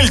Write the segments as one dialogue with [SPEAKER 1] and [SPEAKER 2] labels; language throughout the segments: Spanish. [SPEAKER 1] El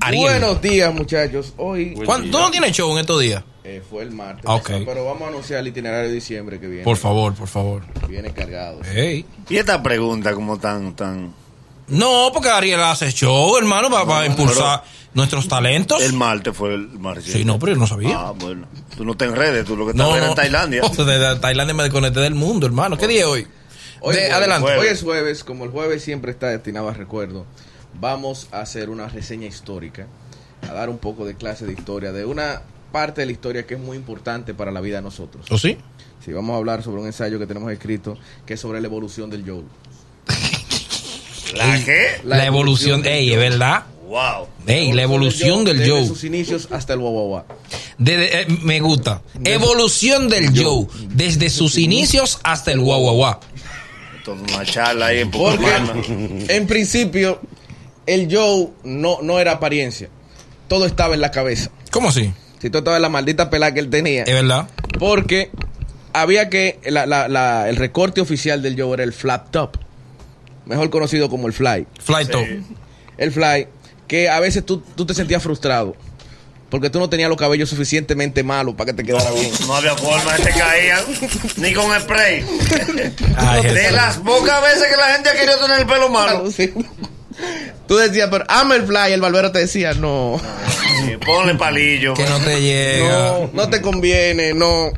[SPEAKER 2] Ariel.
[SPEAKER 3] Buenos días, muchachos. Hoy
[SPEAKER 2] ¿Cuán- ¿Tú no tienes show en estos días?
[SPEAKER 3] eh, fue el martes,
[SPEAKER 2] Ah, ok.
[SPEAKER 3] pero vamos a anunciar el itinerario de diciembre que viene.
[SPEAKER 2] Por favor, Eh, por favor.
[SPEAKER 3] Viene cargado.
[SPEAKER 2] Hey.
[SPEAKER 4] Y esta pregunta como tan, tan...
[SPEAKER 2] No, porque Ariel hace show, hermano, para, para impulsar nuestros talentos.
[SPEAKER 4] El martes fue el martes.
[SPEAKER 2] Sí, no, pero yo no sabía.
[SPEAKER 4] Ah, bueno. Tú no te enredes, tú lo que estás
[SPEAKER 2] no,
[SPEAKER 4] viendo
[SPEAKER 2] no.
[SPEAKER 4] en Tailandia.
[SPEAKER 2] Desde Tailandia me desconecté del mundo, hermano. ¿Qué día es hoy?
[SPEAKER 3] Hoy
[SPEAKER 2] De-
[SPEAKER 3] es jueves.
[SPEAKER 2] adelante.
[SPEAKER 3] Hoy es jueves, como el jueves siempre está destinado a recuerdo, vamos a hacer una reseña histórica, a dar un poco de clase de historia, de una parte de la historia que es muy importante para la vida de nosotros.
[SPEAKER 2] ¿O sí?
[SPEAKER 3] Sí, vamos a hablar sobre un ensayo que tenemos escrito que es sobre la evolución del yogur.
[SPEAKER 4] ¿La qué?
[SPEAKER 2] La, evolución.
[SPEAKER 3] del
[SPEAKER 2] Ey, es
[SPEAKER 3] yogur.
[SPEAKER 2] verdad.
[SPEAKER 4] Wow.
[SPEAKER 2] Ey, la evolución del
[SPEAKER 3] Desde
[SPEAKER 2] Joe.
[SPEAKER 3] sus inicios hasta el guaguaguá.
[SPEAKER 2] Desde- eh, me gusta. Evolución del Joe. Desde sus inicios hasta el guau, guau, guau.
[SPEAKER 4] Toda una charla ahí en
[SPEAKER 3] Porque en principio el Joe no, no era apariencia. Todo estaba en la cabeza.
[SPEAKER 2] ¿Cómo así?
[SPEAKER 3] Si todo estaba en la maldita pelada que él tenía.
[SPEAKER 2] Es verdad.
[SPEAKER 3] Porque había que. la- la- la- el recorte oficial del Joe era el flap top. Mejor conocido como el fly.
[SPEAKER 2] Flight top.
[SPEAKER 3] El fly. Que a veces tú, tú te sentías frustrado. Porque tú no tenías los cabellos suficientemente malos para que te quedara bien.
[SPEAKER 4] No había forma, se caían ni con spray.
[SPEAKER 2] Ay,
[SPEAKER 4] De
[SPEAKER 2] Jesús.
[SPEAKER 4] las pocas veces que la gente ha querido tener el pelo malo.
[SPEAKER 3] Sí. Tú decías, pero ama el fly. El barbero te decía, no.
[SPEAKER 4] Sí, Ponle palillo.
[SPEAKER 2] que no te llega.
[SPEAKER 3] No, no te conviene, no.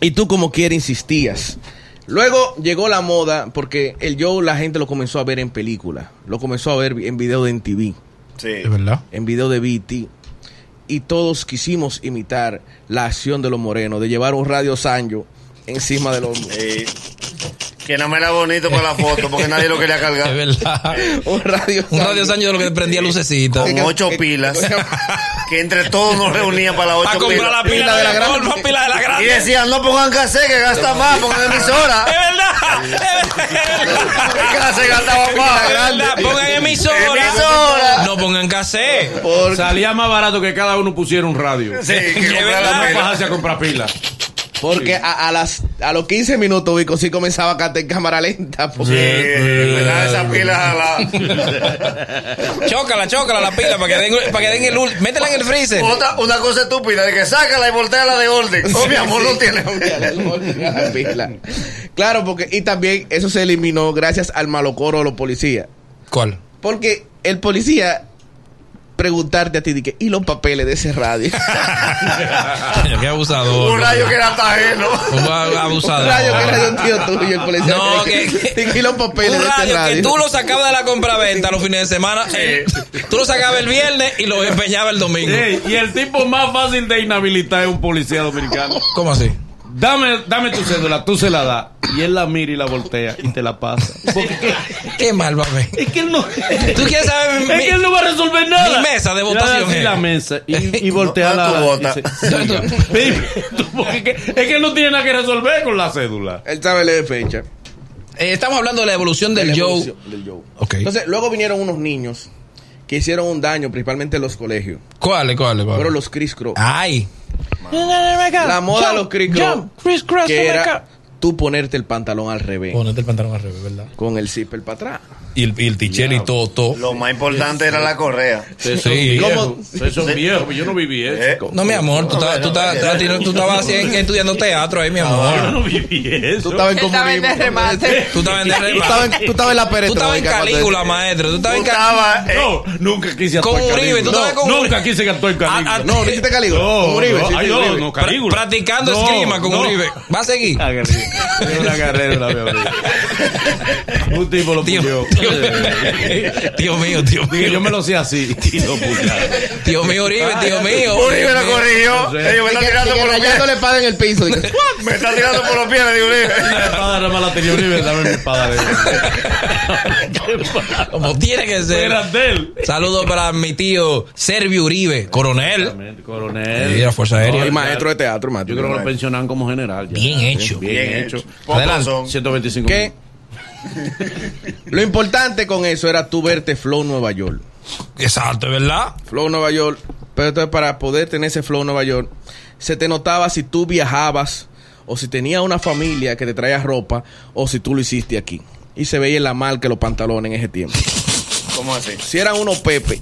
[SPEAKER 3] Y tú como quiera insistías. Luego llegó la moda porque el yo la gente lo comenzó a ver en películas, lo comenzó a ver en video de MTV,
[SPEAKER 4] Sí.
[SPEAKER 2] Es verdad.
[SPEAKER 3] en video de BT. Y todos quisimos imitar la acción de los morenos, de llevar un radio Sanjo encima del hombro.
[SPEAKER 4] Sí. Que no me era bonito para la foto porque nadie lo quería
[SPEAKER 2] Es
[SPEAKER 4] cargar.
[SPEAKER 2] verdad.
[SPEAKER 3] Un radio
[SPEAKER 2] Un radio Sancho de lo que prendía lucecita.
[SPEAKER 4] Con ocho pilas. Que entre todos nos reunían para las
[SPEAKER 2] Para
[SPEAKER 4] ocho
[SPEAKER 2] comprar
[SPEAKER 4] pilas.
[SPEAKER 2] la pila de la gran pila de la gran.
[SPEAKER 4] Y decían, no pongan cassette que gasta más, pongan emisora.
[SPEAKER 2] Es verdad, es verdad.
[SPEAKER 4] Ya se gastaba más.
[SPEAKER 2] Es verdad, Pongan emisora.
[SPEAKER 4] Emisora.
[SPEAKER 2] No pongan cassette.
[SPEAKER 5] Salía más barato que cada uno pusiera un radio.
[SPEAKER 4] Sí, que
[SPEAKER 2] Es
[SPEAKER 4] comprar
[SPEAKER 2] verdad.
[SPEAKER 4] la
[SPEAKER 5] No
[SPEAKER 4] pila.
[SPEAKER 5] bajarse a comprar pilas.
[SPEAKER 3] Porque a, a las, a los 15 minutos, Vico, sí comenzaba a cantar en cámara lenta.
[SPEAKER 4] Sí,
[SPEAKER 3] porque-
[SPEAKER 4] me da esa pila a la...
[SPEAKER 2] Chócala, chócala la pila para que den, para que den el ul- Métela en el freezer.
[SPEAKER 4] Otra, una cosa estúpida, de que sácala y volteala de orden. Oh, mi amor, no tiene
[SPEAKER 3] Claro, porque y también eso se eliminó gracias al malocoro de los policías.
[SPEAKER 2] ¿Cuál?
[SPEAKER 3] Porque el policía preguntarte a ti de que, y los papeles de ese radio.
[SPEAKER 2] Qué abusador.
[SPEAKER 4] un rayo que era tajeno.
[SPEAKER 2] Un abusador.
[SPEAKER 3] Un radio que era de un tío tuyo, el policía.
[SPEAKER 2] No,
[SPEAKER 3] de
[SPEAKER 2] que-
[SPEAKER 3] de y los papeles
[SPEAKER 2] un
[SPEAKER 3] de ese
[SPEAKER 2] radio
[SPEAKER 3] radio.
[SPEAKER 2] que tú lo sacabas de la compraventa los fines de semana. eh, tú lo sacabas el viernes y lo empeñaba el domingo.
[SPEAKER 5] Ey, y el tipo más fácil de inhabilitar es un policía dominicano.
[SPEAKER 2] ¿Cómo así?
[SPEAKER 5] Dame, dame tu cédula, tú se la das. Y él la mira y la voltea y te la pasa. Porque que-
[SPEAKER 2] Qué mal va a ver.
[SPEAKER 5] es que él no.
[SPEAKER 2] ¿Tú quieres saber
[SPEAKER 5] Es
[SPEAKER 2] mi-
[SPEAKER 5] que él no va a resolver nada.
[SPEAKER 2] mi mesa de
[SPEAKER 5] Y
[SPEAKER 2] votación,
[SPEAKER 5] le da así
[SPEAKER 2] eh.
[SPEAKER 5] la mesa y, y voltea
[SPEAKER 4] No,
[SPEAKER 5] la.
[SPEAKER 4] no, tu bota.
[SPEAKER 5] y se- Dime, tú, porque es que- es que él no tiene nada que resolver con la cédula.
[SPEAKER 3] Él sabe leer fecha.
[SPEAKER 2] Eh, estamos hablando de la evolución del
[SPEAKER 3] La
[SPEAKER 2] Joe.
[SPEAKER 3] evolución del Joe.
[SPEAKER 2] Ok.
[SPEAKER 3] Entonces, luego vinieron unos niños que hicieron un daño, principalmente en los colegios.
[SPEAKER 2] ¿Cuál, cuál, cuál?
[SPEAKER 3] Fueron los Chris Cross.
[SPEAKER 2] Ay.
[SPEAKER 3] La moda de los Chris Cross. Que era tú ponerte el pantalón al revés.
[SPEAKER 2] Ponete el pantalón al revés, ¿verdad?
[SPEAKER 3] Con el zipper para atrás.
[SPEAKER 2] Y el, y el tichel y todo,
[SPEAKER 5] Oh.
[SPEAKER 2] todo.
[SPEAKER 4] Lo más importante era la correa.
[SPEAKER 2] Sí.
[SPEAKER 3] ¿Cómo?
[SPEAKER 5] Ustedes son viejos, yo no viví eso.
[SPEAKER 4] ¿Eh?
[SPEAKER 2] No, mi amor, tú estabas- tú estabas tú estabas- tú estabas así en- estudiando teatro ahí, mi
[SPEAKER 5] Yo
[SPEAKER 2] amor.
[SPEAKER 5] no viví eso.
[SPEAKER 3] Tú estabas en
[SPEAKER 6] Él estaba en
[SPEAKER 3] comunismo.
[SPEAKER 6] remate.
[SPEAKER 2] Tú estabas en
[SPEAKER 3] Tú estabas en, tú estabas en la
[SPEAKER 2] Tú
[SPEAKER 3] perestroika.
[SPEAKER 2] estabas en
[SPEAKER 3] cuando-
[SPEAKER 2] Calígula, maestro. Tú estabas en Calígula.
[SPEAKER 4] Estaba, eh,
[SPEAKER 5] No, nunca quise
[SPEAKER 2] Con
[SPEAKER 5] actuar
[SPEAKER 2] Uribe,
[SPEAKER 5] Calígula.
[SPEAKER 2] tú estabas
[SPEAKER 5] No,
[SPEAKER 2] con Uribe.
[SPEAKER 5] Nunca quise actuar Calígula.
[SPEAKER 2] Ah, ah,
[SPEAKER 3] No, no hiciste Calígula.
[SPEAKER 5] No,
[SPEAKER 3] Con Uribe,
[SPEAKER 5] no,
[SPEAKER 3] sí,
[SPEAKER 5] ay,
[SPEAKER 3] con
[SPEAKER 5] no,
[SPEAKER 3] Uribe.
[SPEAKER 5] no, Calígula.
[SPEAKER 2] Practicando
[SPEAKER 5] No,
[SPEAKER 2] esgrima con
[SPEAKER 5] no. Ah,
[SPEAKER 2] Uribe. Va a seguir.
[SPEAKER 5] Una carrera, una carrera. Un tipo lo
[SPEAKER 2] Tío,
[SPEAKER 5] pilló.
[SPEAKER 2] Tío mío, tío
[SPEAKER 5] Digo, yo
[SPEAKER 2] mío.
[SPEAKER 5] me lo sé así. Tío puñal.
[SPEAKER 2] Tío mío Uribe, tío mío.
[SPEAKER 4] Uribe lo corrigió.
[SPEAKER 5] No sé.
[SPEAKER 4] Ellos me están tirando por los pies.
[SPEAKER 3] Rayándole espada en el piso. dije, "Fuá".
[SPEAKER 4] Me están tirando por los pies, le digo Uribe.
[SPEAKER 5] La espada nada más la tenía Uribe, dame mi espada. le digo. Qué espada.
[SPEAKER 2] Como tiene que ser.
[SPEAKER 5] Era de él.
[SPEAKER 2] Saludos para mi tío Servio Uribe, coronel.
[SPEAKER 5] Coronel.
[SPEAKER 2] Sí, la Fuerza Aérea.
[SPEAKER 3] El maestro de teatro,
[SPEAKER 5] Yo
[SPEAKER 3] maestro.
[SPEAKER 5] creo que lo
[SPEAKER 3] maestro.
[SPEAKER 5] pensionan como general. ya.
[SPEAKER 2] Bien hecho.
[SPEAKER 5] Bien, hecho.
[SPEAKER 4] Pocos
[SPEAKER 2] Adelante.
[SPEAKER 4] son.
[SPEAKER 5] 125
[SPEAKER 3] Que lo importante con eso era tú verte Flow Nueva York.
[SPEAKER 2] Exacto, ¿verdad?
[SPEAKER 3] Flow Nueva York. Pero entonces para poder tener ese Flow Nueva York, se te notaba si tú viajabas o si tenías una familia que te traía ropa o si tú lo hiciste aquí. Y se veía en la marca de los pantalones en ese tiempo.
[SPEAKER 4] ¿Cómo así?
[SPEAKER 3] Si eran unos Pepe,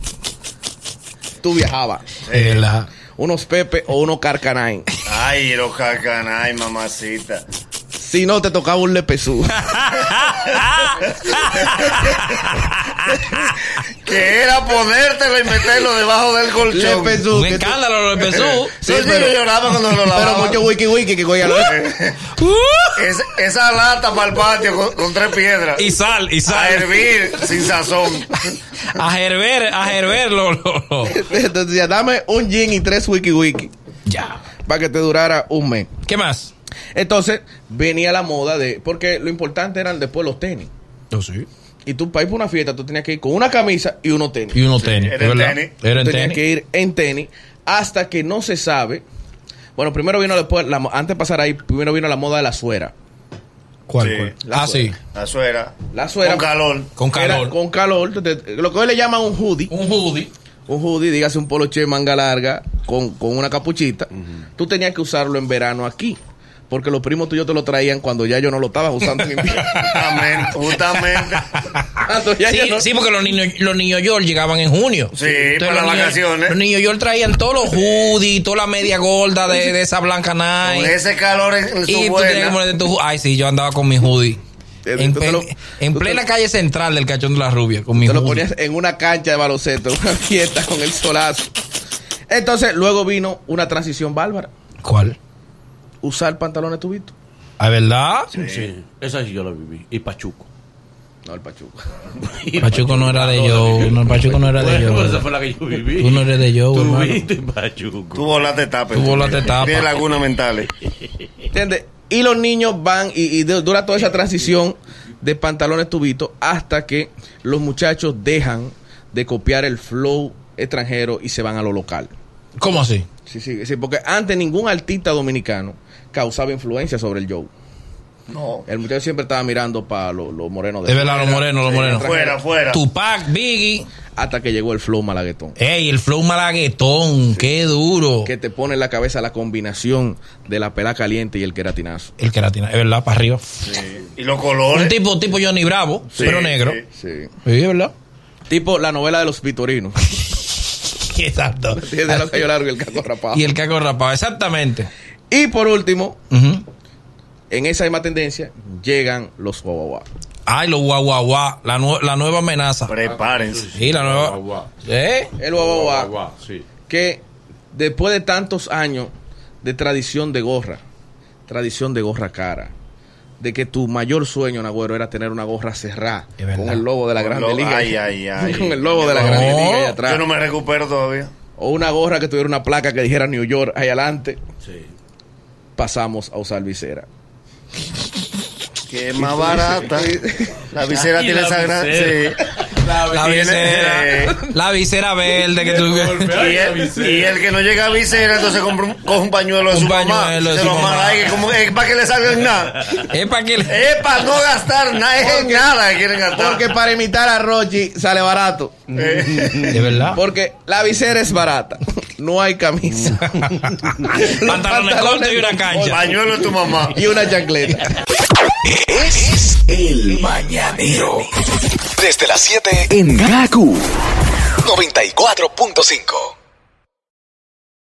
[SPEAKER 3] tú viajabas.
[SPEAKER 2] Es verdad.
[SPEAKER 3] Unos Pepe o unos Carcanain.
[SPEAKER 4] Ay, los cacanay, mamacita.
[SPEAKER 3] Si no, te tocaba un Lepezú.
[SPEAKER 4] Que era ponértelo y meterlo debajo del colchón.
[SPEAKER 3] Lepezú.
[SPEAKER 2] Un
[SPEAKER 3] que tú-
[SPEAKER 2] escándalo lo empezó.
[SPEAKER 4] Sí, sí, yo lloraba cuando lo
[SPEAKER 3] Pero
[SPEAKER 4] lavaba.
[SPEAKER 3] mucho wiki wiki que cogía los-
[SPEAKER 2] Uh.
[SPEAKER 4] Es- esa lata para el patio con, con tres piedras.
[SPEAKER 2] Y sal, y
[SPEAKER 4] a
[SPEAKER 2] sal.
[SPEAKER 4] hervir sin sazón.
[SPEAKER 2] A Gerber, a Gerber lo, lo- lo.
[SPEAKER 3] Entonces decía, dame un gin y tres wiki wiki
[SPEAKER 2] Ya.
[SPEAKER 3] para que te durara un mes.
[SPEAKER 2] ¿Qué más?
[SPEAKER 3] Entonces venía la moda de, porque lo importante eran después los tenis.
[SPEAKER 2] Yo sí.
[SPEAKER 3] Y tú para ir para una fiesta, tú tenías que ir con una camisa y unos tenis.
[SPEAKER 2] Y uno tenis.
[SPEAKER 4] era
[SPEAKER 2] es
[SPEAKER 4] en
[SPEAKER 2] verdad.
[SPEAKER 4] tenis.
[SPEAKER 2] Era en
[SPEAKER 3] Tenía
[SPEAKER 2] tenis.
[SPEAKER 3] que ir en tenis hasta que no se sabe. Bueno, primero vino después, la, mo- antes de pasar ahí, primero vino la moda de la suera.
[SPEAKER 2] ¿Cuál,
[SPEAKER 4] Sí,
[SPEAKER 2] cuál?
[SPEAKER 3] la
[SPEAKER 2] Ah, sí.
[SPEAKER 4] La suera.
[SPEAKER 3] La suera.
[SPEAKER 4] Con calor.
[SPEAKER 2] Con
[SPEAKER 3] Era
[SPEAKER 2] calor.
[SPEAKER 3] con calor. te- te- Lo que hoy le llaman un hoodie.
[SPEAKER 2] Un hoodie.
[SPEAKER 3] Un hoodie, dígase un poloche de manga larga con, con una capuchita. Tú tenías que usarlo en verano aquí. Porque los primos tuyos te lo traían cuando ya yo no lo estaba usando en invierno.
[SPEAKER 4] Justamente. justamente.
[SPEAKER 3] Cuando ya yo
[SPEAKER 2] Sí,
[SPEAKER 3] no-
[SPEAKER 2] sí, porque los niños, los niños York llegaban en junio.
[SPEAKER 4] Sí, para
[SPEAKER 2] los
[SPEAKER 4] las
[SPEAKER 2] niños-
[SPEAKER 4] vacaciones.
[SPEAKER 2] Los niños York traían todos los hoodies, toda la media gorda de, de esa blanca
[SPEAKER 4] Con
[SPEAKER 2] Nike.
[SPEAKER 4] ese calor en, en
[SPEAKER 2] Y
[SPEAKER 4] su
[SPEAKER 2] tú tenías que
[SPEAKER 4] buena.
[SPEAKER 2] ponerte tu Ay, sí, yo andaba con mi hoodie.
[SPEAKER 3] Eh,
[SPEAKER 2] En,
[SPEAKER 3] tú te lo-
[SPEAKER 2] en- en
[SPEAKER 3] tú te-
[SPEAKER 2] plena calle central del Cachón de la Rubia, con mi
[SPEAKER 3] Te lo
[SPEAKER 2] hoodie.
[SPEAKER 3] ponías en una cancha de baloncesto, una fiesta con el solazo. Entonces, luego vino una transición bárbara.
[SPEAKER 2] ¿Cuál?
[SPEAKER 3] Usar pantalones tubitos.
[SPEAKER 2] ¿A verdad?
[SPEAKER 5] Sí, esa sí yo la viví. Y Pachuco.
[SPEAKER 3] No, el pachuco.
[SPEAKER 2] Pachuco no era de yo. No, Pachuco no era de
[SPEAKER 5] Bueno, pero esa
[SPEAKER 2] yo.
[SPEAKER 5] fue la que yo viví.
[SPEAKER 2] Tú no eres de yo,
[SPEAKER 5] Tú
[SPEAKER 2] hermano.
[SPEAKER 5] viste Pachuco.
[SPEAKER 4] Tú volaste tapa.
[SPEAKER 2] Tú volaste tapa.
[SPEAKER 4] Tienes lagunas mentales.
[SPEAKER 3] ¿Entiendes? Y los niños van y, y de- dura toda esa transición de pantalones tubitos hasta que los muchachos dejan de copiar el flow extranjero y se van a lo local.
[SPEAKER 2] ¿Cómo así?
[SPEAKER 3] Sí, sí, sí, porque antes ningún artista dominicano causaba influencia sobre el show.
[SPEAKER 4] No.
[SPEAKER 3] El muchacho siempre estaba mirando para los morenos
[SPEAKER 2] Es verdad, los morenos, los morenos.
[SPEAKER 4] Fuera, fuera.
[SPEAKER 2] Tupac, Biggie.
[SPEAKER 3] hasta que llegó el flow malaguetón.
[SPEAKER 2] Ey, el flow malaguetón. Qué duro.
[SPEAKER 3] Que te pone en la cabeza la combinación de la pela caliente y el queratinazo.
[SPEAKER 2] El queratina, es verdad, para arriba.
[SPEAKER 4] Y los
[SPEAKER 2] Un
[SPEAKER 4] colores.
[SPEAKER 2] tipo, tipo Johnny Bravo,
[SPEAKER 4] Sí,
[SPEAKER 2] pero negro.
[SPEAKER 4] sí.
[SPEAKER 3] Sí.
[SPEAKER 2] Sí, es verdad.
[SPEAKER 3] Tipo la novela de los vitorinos.
[SPEAKER 2] Exacto.
[SPEAKER 3] Tiene el cabello largo y el caco rapado.
[SPEAKER 2] Y el caco rapado, exactamente.
[SPEAKER 3] Y por último,
[SPEAKER 2] Ujú.
[SPEAKER 3] en esa misma tendencia, llegan los guaguaguá.
[SPEAKER 2] Ay, los guaguaguá, la, nue- la nueva amenaza.
[SPEAKER 4] Prepárense.
[SPEAKER 2] Sí, la nueva.
[SPEAKER 5] Guagua.
[SPEAKER 2] ¿Eh?
[SPEAKER 3] El guaguaguá
[SPEAKER 5] Guagua, sí.
[SPEAKER 3] que después de tantos años de tradición de gorra, tradición de gorra cara, de que tu mayor sueño, Nagüero, era tener una gorra cerrada
[SPEAKER 2] Es verdad.
[SPEAKER 3] con el logo de la
[SPEAKER 4] Con
[SPEAKER 3] Grande
[SPEAKER 4] lo-
[SPEAKER 3] Liga.
[SPEAKER 4] ay, ay, ay.
[SPEAKER 3] Con el logo de la
[SPEAKER 2] No.
[SPEAKER 3] Grande Liga ahí atrás.
[SPEAKER 4] Yo no me recupero todavía.
[SPEAKER 3] O una gorra que tuviera una placa que dijera New York ahí adelante.
[SPEAKER 5] Sí.
[SPEAKER 3] Pasamos a usar visera.
[SPEAKER 4] Que es más barata. La visera
[SPEAKER 5] Y
[SPEAKER 4] tiene
[SPEAKER 5] la
[SPEAKER 4] esa gran.
[SPEAKER 5] visera.
[SPEAKER 4] sí.
[SPEAKER 2] La
[SPEAKER 4] Tiene-
[SPEAKER 2] visera. La visera verde que tú.
[SPEAKER 4] Y el, y el que no llega a visera, entonces compra un, coge un pañuelo de
[SPEAKER 2] Un
[SPEAKER 4] su mamá.
[SPEAKER 2] pañuelo de
[SPEAKER 4] Se
[SPEAKER 2] su
[SPEAKER 4] lo
[SPEAKER 2] mamá.
[SPEAKER 4] manda ahí, que como- Es para que le salgan nada.
[SPEAKER 2] Es para que. le-
[SPEAKER 4] Es para no gastar nada. Es en nada que quieren gastar.
[SPEAKER 3] Porque para imitar a Rochi sale barato.
[SPEAKER 4] Eh,
[SPEAKER 2] Es verdad.
[SPEAKER 3] Porque la visera es barata. No hay camisa. Los
[SPEAKER 2] Pantalones cortos y una cancha.
[SPEAKER 4] pañuelo de tu mamá.
[SPEAKER 3] Y una chancleta.
[SPEAKER 1] Es el mañanero. Desde las 7 en GACU 94.5.